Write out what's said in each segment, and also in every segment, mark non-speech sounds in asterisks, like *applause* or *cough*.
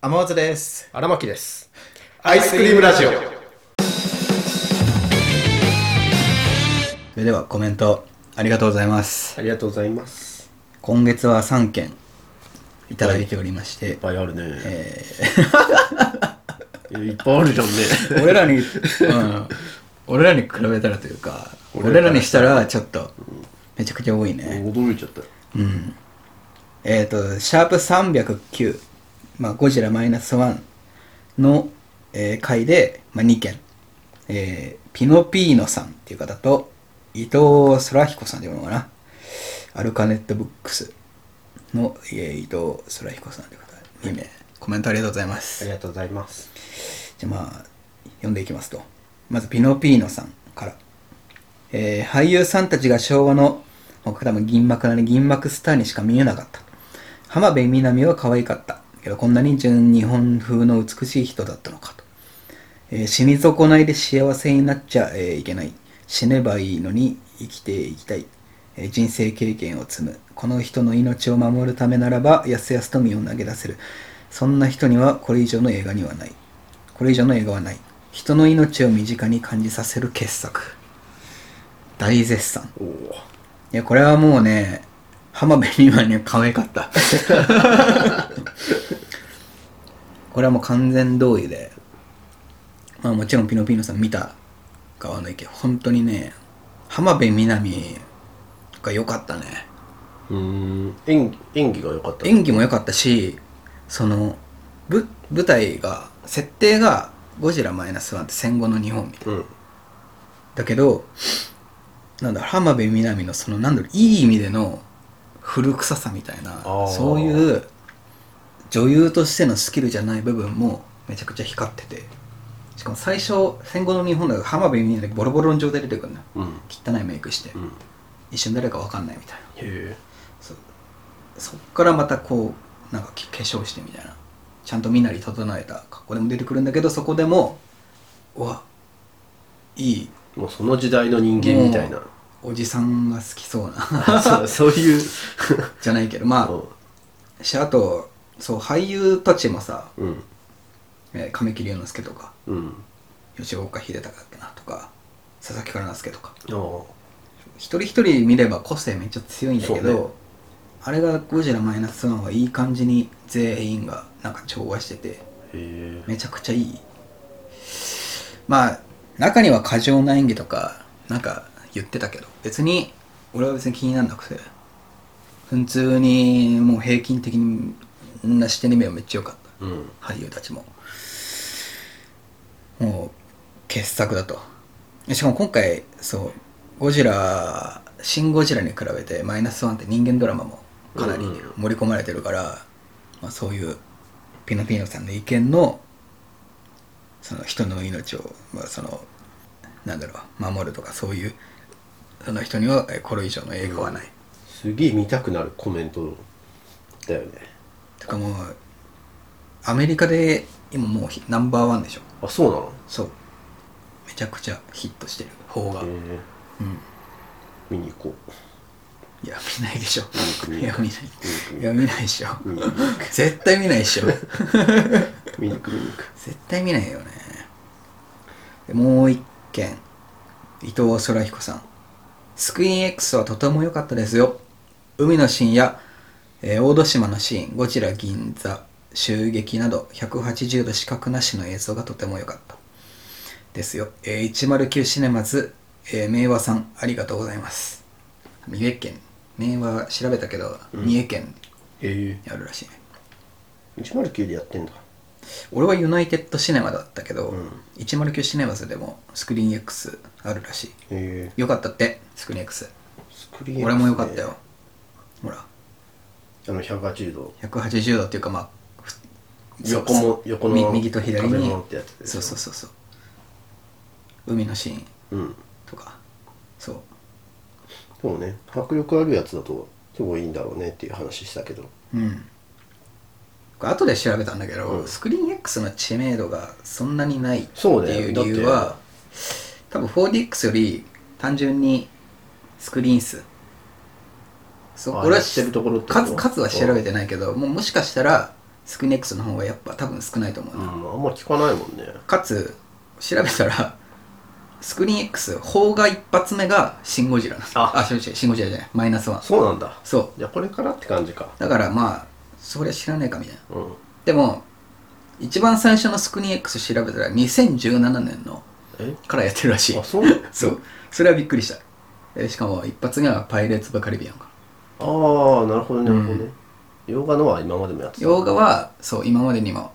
天松です荒牧ですアイスクリームラジオそれではコメントありがとうございますありがとうございます今月は3件いただいておりまして、いっぱいあるね、 *laughs* いやいっぱいあるじゃんね *laughs* 俺らに、うん、俺らに比べたらというか俺ら俺らにしたらちょっとめちゃくちゃ多いね驚いちゃったようんえっ、とシャープ309、まあ、ゴジラマイナスワンの、えー回で、まあ、2件、えーピノピーノさんっていう方と伊藤空彦さんでいうのかなアルカネットブックスの、えー伊藤空彦さんという方2名コメントありがとうございまあすりがとうございますじゃあまあ読んでいきますとまずピノピーノさんから、えー俳優さんたちが昭和の僕多分銀幕なり銀幕スターにしか見えなかった浜辺美波は可愛かったけどこんなに純日本風の美しい人だったのかと、えー死に損ないで幸せになっちゃ、えーいけない死ねばいいのに生きていきたい、えー人生経験を積むこの人の命を守るためならばやすやすと身を投げ出せるそんな人にはこれ以上の映画にはないこれ以上の映画はない人の命を身近に感じさせる傑作大絶賛おおいやこれはもうね浜辺美波には可愛かったこれはもう完全同意でまあもちろんピノピーノさん見た側の意見本当にね浜辺美波が良かったねうーん演技演技が良かった演技も良かったしそのぶ舞台が設定が「ゴジラマイナスワンって戦後の日本みたいなうんだけどなんだ浜辺美波のそのなんだろういい意味での古臭さみたいなーそういう女優としてのスキルじゃない部分もめちゃくちゃ光っててしかも最初戦後の日本だと浜辺美波でボロボロの状態で出てくるのようん汚いメイクしてうん一瞬誰か分かんないみたいなへえそうそっからまたこうなんかき化粧してみたいなちゃんと身なり整えた格好でも出てくるんだけどそこでもうわいいもうその時代の人間みたいなおじさんが好きそうな *laughs* そうそういう *laughs* じゃないけどまうんあしあとそう俳優たちもさ、うんえー亀木隆之介とかうん吉岡秀隆だっけなとか佐々木蔵之介とかああ一人一人見れば個性めっちゃ強いんだけど、そうねあれが「ゴジラマイナスワンはいい感じに全員がなんか調和しててへえめちゃくちゃいいまあ中には過剰な演技とかなんか言ってたけど別に俺は別に気にならなくて普通にもう平均的な視点に目はめっちゃ良かっうんた俳優たちももう傑作だとしかも今回そうゴジラシン・ゴジラに比べてマイナスワンって人間ドラマもかなりうんうん盛り込まれてるから、まあ、そういうピノピーノさんの意見のその人の命を、まあ、そのなんだろう守るとかそういうその人にはえこれ以上の栄光はない、すげえ見たくなるコメントだよねとかもうアメリカで今もうヒナンバーワンでしょあそうなのそうめちゃくちゃヒットしてる方が、うん、へえ見に行こういや見ないでしょ見いにや行く見ないいや見ないでしょ見に行く絶対見ないでしょ見に行く見に行く絶対見ないよねでもう一件伊藤空彦さんスクリーン X はとても良かったですよ海のシーンや、えー大戸島のシーンゴジラ銀座襲撃など180度視覚なしの映像がとても良かったですよ、えー109シネマズ、えー明和さんありがとうございます三重県明和調べたけど、三重県へにあるらしいねえ109でやってんだ俺はユナイテッドシネマだったけど、ん109シネマズでもスクリーン X あるらしへえいよかったってスクリーン X スクリーン俺もよかったよほらあの180度180度っていうかまあふ横も横のみ右と左壁にのってやつでしそょうそうそうそう海のシーンうんとかそうそうね迫力あるやつだとすごいいいんだろうねっていう話したけどうんこれ後で調べたんだけど、うんスクリーン X の知名度がそんなにないってそうだいよう理由は多分 4DX より単純にスクリーン数そうあ俺はやってるところってこと数数は調べてないけどもうもしかしたらスクネックスの方がやっぱ多分少ないと思ううな、ん、あんま聞かないもんねかつ調べたらスクリーン X 邦画一発目が「シン・ゴジラ」なんですああ違う違うシン・ゴジラじゃないマイナスワンそうなんだそうじゃあこれからって感じかだからまあそりゃ知らねえかみたいなうんでも一番最初のスクリーン X 調べたら2017年のえからやってるらしいあそうそうそれはびっくりしたえしかも一発目は「パイレーツ・バカリビアン」かああなるほどねうなんるほどね、洋画のは今までもやってた洋画はそう今までにも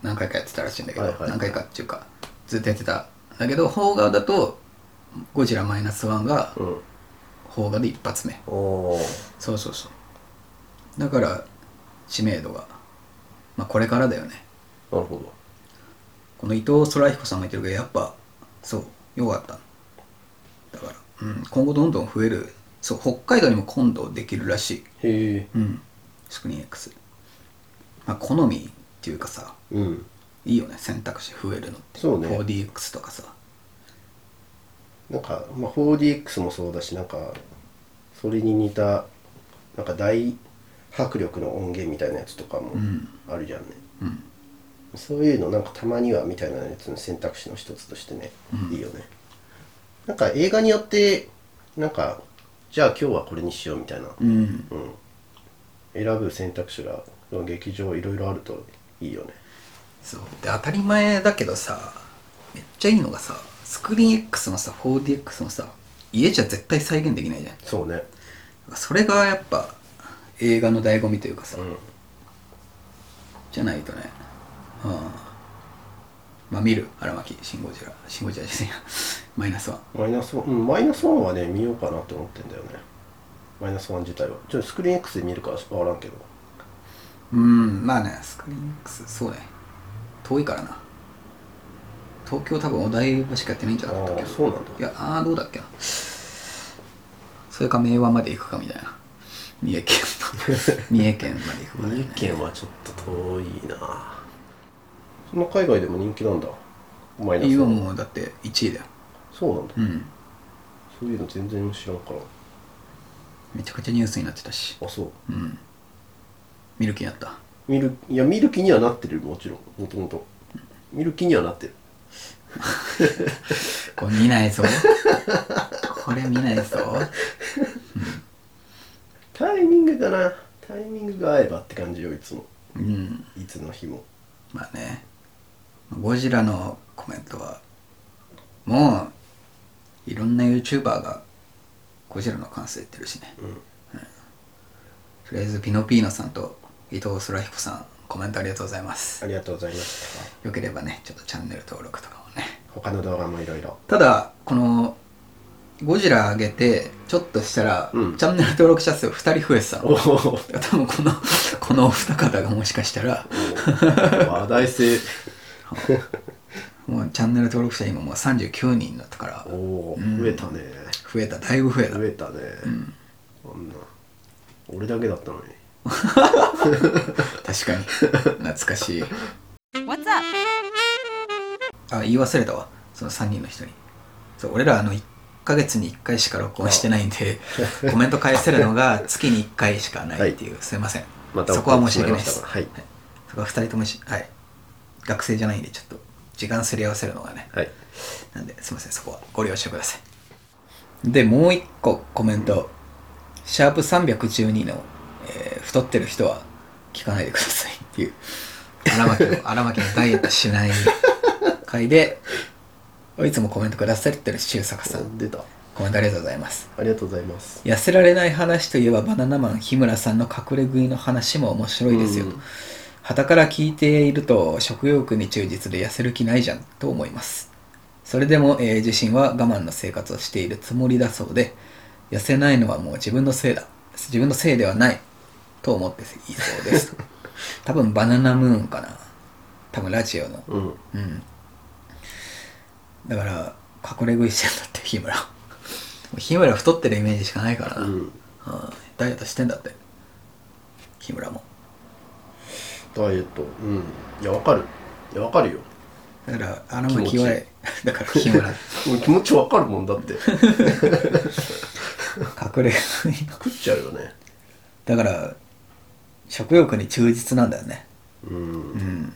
何回かやってたらしいんだけど、はいはい何回かっていうかずっとやってただけど邦画だと「ゴジラマイナスワンがうん邦画で一発目おーそうそうそうだから知名度がまあこれからだよねなるほどこの伊藤空彦さんが言ってるけどやっぱそうよかっただから、うん、今後どんどん増えるそう北海道にも今度できるらしいへえうんスクリーン X まあ好みっていうかさうんいいよね選択肢増えるのってそうね 4DX とかさなんか、まあ、4DX もそうだしなんかそれに似たなんか大迫力の音源みたいなやつとかもうんあるじゃんね、うんそういうのなんかたまにはみたいなやつの選択肢の一つとしてね、うんいいよねなんか映画によってなんかじゃあ今日はこれにしようみたいな、うんうん、選ぶ選択肢が劇場いろいろあるといいよねそうで当たり前だけどさめっちゃいいのがさスクリーン X のさ 4DX のさ家じゃ絶対再現できないじゃんそうねそれがやっぱ映画の醍醐味というかさ、うんじゃないとねうんまあ見る荒牧シン・ゴジラシン・ゴジラじゃねえや *laughs* マイナスワンマイナスワン、うん、マイナスワンはね、見ようかなって思ってんだよね。マイナスワン自体は。ちょっとスクリーン X で見るかはわからんけど。うんまあねスクリーン X そうね遠いからな東京多分お台場しかやってないんじゃなかったっけああ、そうなんいだ。やあーどうだっけなそれか明和まで行くかみたいな三重県 *laughs* の三重県まで行くか三重県はちょっと遠いなそんな海外でも人気なんだ。マイナス今ワン。もうだって1位だよそうなんだう。んそういうの全然知らんから。めちゃくちゃニュースになってたしあ、そう。うん見る気になった見る、いや、見る気にはなってる、もちろん。もともと。見る気にはなってる。これ見ないぞこれ見ないぞタイミングかな。タイミングが合えばって感じよ、いつも。うんいつの日も。まあねゴジラのコメントはもういろんな YouTuber がゴジラの感想言ってるしね、うんとりあえずピノピーノさんと伊藤空彦さんコメントありがとうございますありがとうございました。よければねちょっとチャンネル登録とかもね他の動画もいろい *laughs* ろ。ただこのゴジラ上げてちょっとしたら、うんチャンネル登録者数2人増えてたおのお。多分このこのお二方がもしかしたら話題性もうチャンネル登録者今もう39人だったからおおうん増えたね増えただいぶ増えた増えたね、こんな俺だけだったのに確かに懐かしい What's up? あ言い忘れたわその3人の人にそう俺らあの1ヶ月に1回しか録音してないんでコメント返せるのが月に1回しかないっていう、すいませんそこは申し訳ないですはいはいそこは2人ともしはい学生じゃないんでちょっと時間すり合わせるのがねはいなんですいませんそこはご了承くださいでもう一個コメント、シャープ312の、えー太ってる人は聞かないでくださいっていう荒牧の荒牧のダイエットしない回でいつもコメントくださってる周作さん出たコメントありがとうございますありがとうございます痩せられない話といえばバナナマン日村さんの隠れ食いの話も面白いですようんと傍から聞いていると食欲に忠実で痩せる気ないじゃんと思いますそれでも、えー自身は我慢の生活をしているつもりだそうで痩せないのはもう自分のせいだ自分のせいではないと思っていそうです多分バナナムーンかな多分ラジオのうんうんだから隠れ食いしてんだって日村 *laughs* 日村太ってるイメージしかないからうな、うん、んダイエットしてんだって日村もダイエットうんいやわかるいやわかるよだからあの巻気持ちはいいいだから日村俺気持ちわかるもんだって食隠れ食いのっちゃうよねだから食欲に忠実なんだよねうんうん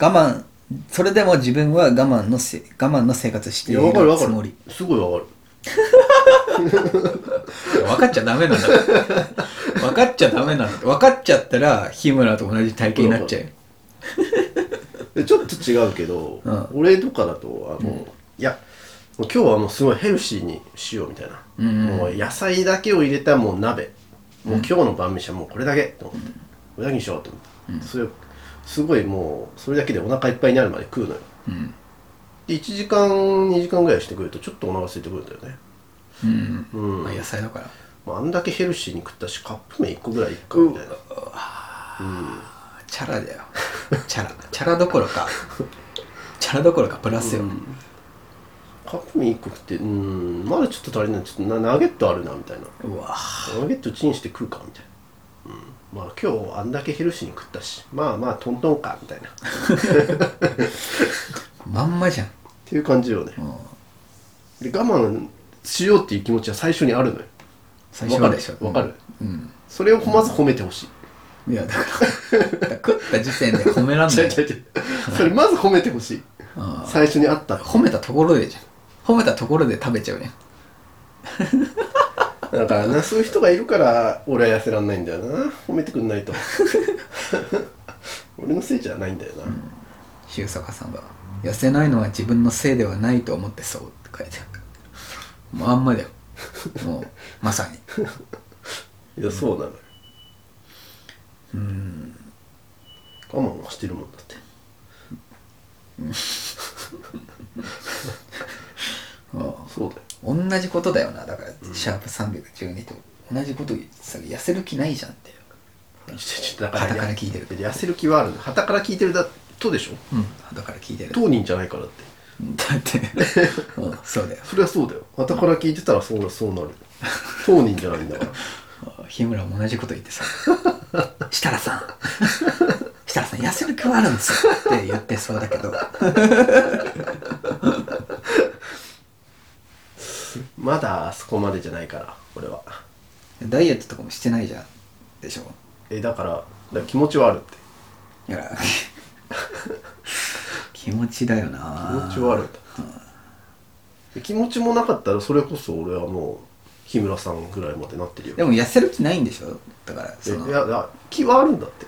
我慢それでも自分は我慢のせ我慢の生活をして *laughs* いいやる分つかる分もかりるすごい分かる分かっちゃダメなんだ分かっちゃダメなんだ分かっちゃったら日村と同じ体型になっちゃうよでちょっと違うけど、うん俺とかだとあの、いやもう今日はもうすごいヘルシーにしようみたいな、うんうんもう野菜だけを入れたもう鍋もう今日の晩飯はもうこれだけと思って、これだけにしようと思って、それをすごいもうそれだけでお腹いっぱいになるまで食うのようんで1時間2時間ぐらいしてくるとちょっとお腹空いてくるんだよねうん、うん、まあ、野菜だからまあ、あんだけヘルシーに食ったしカップ麺1個ぐらいいっかみたいなチャラだよチャラチャラどころかチャラどころかプラスよ、カップ麺1個食ってうんまだちょっと足りないちょっとなナゲットあるなみたいなうわぁナゲットチンして食うかみたいな、うん、まあ今日あんだけヘルシーに食ったしまあまあトントンかみ *laughs* たいなっまんまじゃん、ていう感じよねうん、で我慢しようっていう気持ちは最初にあるのよ最初はわかるでしょわかるうん、それをまず褒めてほしい、うんいやだからだから食った時点で褒めらんな違いう *laughs* 違う違うそれまず褒めてほしいあ最初にあった褒めたところでじゃん褒めたところで食べちゃうねだからなそういう人がいるから俺は痩せらんないんだよな褒めてくんないと *laughs* 俺のせいじゃないんだよな、修坂さんが「痩せないのは自分のせいではないと思ってそう」って書いてあるもうあんまだよもうまさにいやそうなのようん我慢はしてるもんだってうんそうだよ同じことだよなだから、シャープ312と同じこと言ってさ痩せる気ないじゃんってちょちょだ傍から聞いてる痩せる気はあるの傍から聞いてるだとでしょうんだから聞いてるだ当人じゃないからってって *laughs* うんそうだよそれはそうだよ傍から聞いてたらそうだそうなる当人じゃないんだからうん日村も同じこと言ってさ *laughs* 「設楽さん設楽さん痩せる気はあるんですよ」って言ってそうだけどまだあそこまでじゃないから俺はダイエットとかもしてないじゃんでしょえだからだから気持ちはあるっていや *laughs* 気持ちだよ気な持ちはあるんだって気持ちもなかったらそれこそ俺はもう日村さんぐらいまでなってるよでも痩せる気ないんでしょだからえそのいやいや気はあるんだって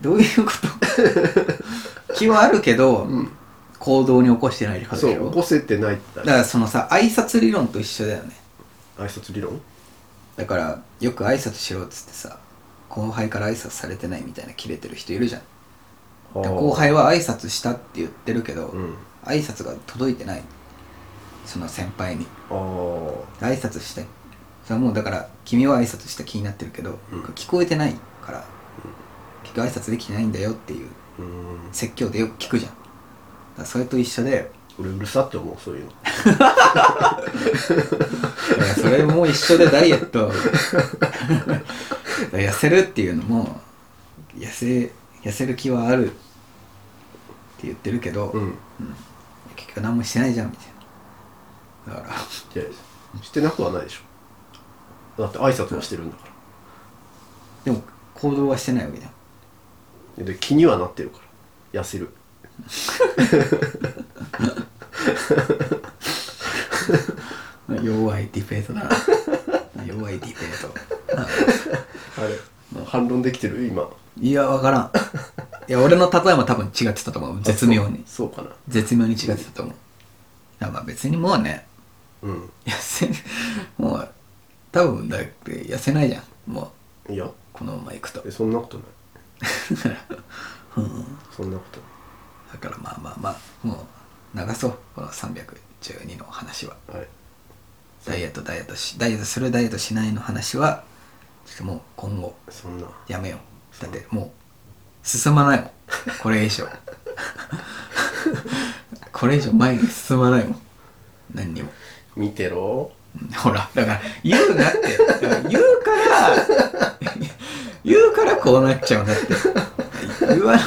どういうこと *laughs* 気はあるけど、行動に起こしてないってことそでしうょ起こせてないってだからそのさ挨拶理論と一緒だよね挨拶理論だからよく挨拶しろっつってさ後輩から挨拶されてないみたいなキレてる人いるじゃんで後輩は挨拶したって言ってるけど、うん挨拶が届いてないその先輩にあー挨拶してそれはもうだから君は挨拶した気になってるけど、うん聞こえてないから、結局挨拶できてないんだよっていううーん説教でよく聞くじゃんだからそれと一緒で俺うるさって思うそういうのだからそれも一緒でダイエット *laughs* 痩せるっていうのも痩せ痩せる気はあるって言ってるけど、うん結局何もしてないじゃんみたいなだからいやしてなくはないでしょだって挨拶はしてるんだかでも行動はしてないわけじゃんらで気にはなってるから痩せる弱いディベートだ *laughs* 弱いディベートあれ反論できてる今いや分からんいや俺の例えも多分違ってたと思う絶妙にそうかな絶妙に違ってたと思うだからまあ別にもうねうん痩せもう多分だって痩せないじゃんもういやこのままいくとえそんなことないうんそんなことないだからまあまあまあもう流そうこの312の話ははいダイエットダイエットしダイエットするダイエットしないの話はちょっともう今後そんなやめようだってもう進まないもんこれ以上これ以上前に進まないもん何にも見てろうんほらだから言うなってだから言うから言うからこうなっちゃうんだって言わない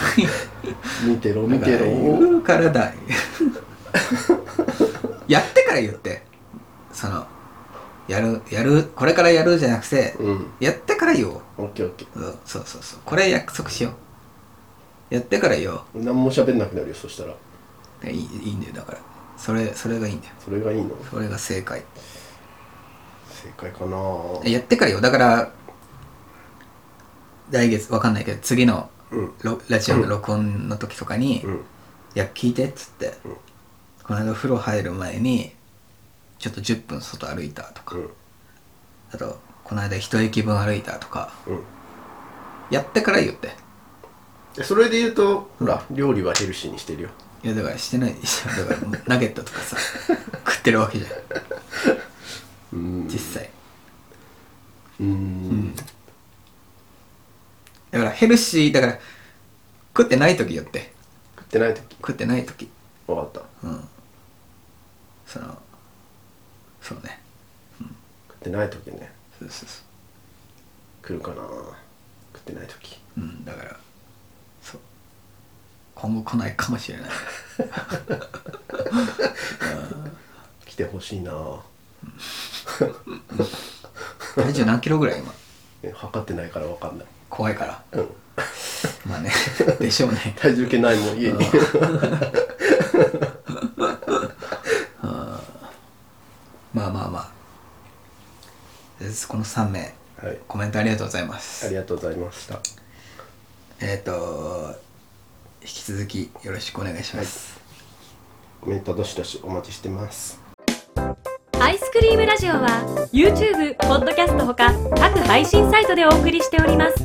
見てろ見てだからろ言うからだやってから言ってそのやるやるこれからやるじゃなくて、うんやってかからよ。オッケーオッケうん、そうそうそう。これ約束しよう。やってからよ。ー何も喋んなくなるよそしたらいいいいんだよ、だから。それ、それがいいんだよ。それがいいのそれが正解。正解かなぁやってからよ。だから、来月わかんないけど、次のうんロラジオの録音の時とかに、うんいや、聞いてっつって、うんこの間お風呂入る前に、ちょっと10分外歩いたとか、うんあと、この間一駅分歩いたとか、うんやってから言って。でそれで言うとほら料理はヘルシーにしてるよいや、だからしてないでしょ。だからもう、ナゲットと *laughs* かさ、食ってるわけじゃん、うん実際。うんだからヘルシー、だから、食ってない時言って。食ってない時食ってない時。分かったうん。その、そうね。食ってない時ねそうそうそ来るかな食ってない時う。うん、だから、そう。今後来ないかもしれない。来てほしいなぁ体重何キロぐらい今え測ってないから分かんない怖いからうんまあねでしょうね体重計ないもん家にまあまあまあですこの3名 *laughs* はいコメントありがとうございまあすりがとうございましたえっ、と引き続きよろしくお願いします、コメントどしどしお待ちしてますアイスクリームラジオは YouTube、ポッドキャストほか各配信サイトでお送りしております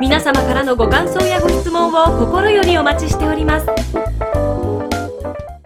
皆様からのご感想やご質問を心よりお待ちしております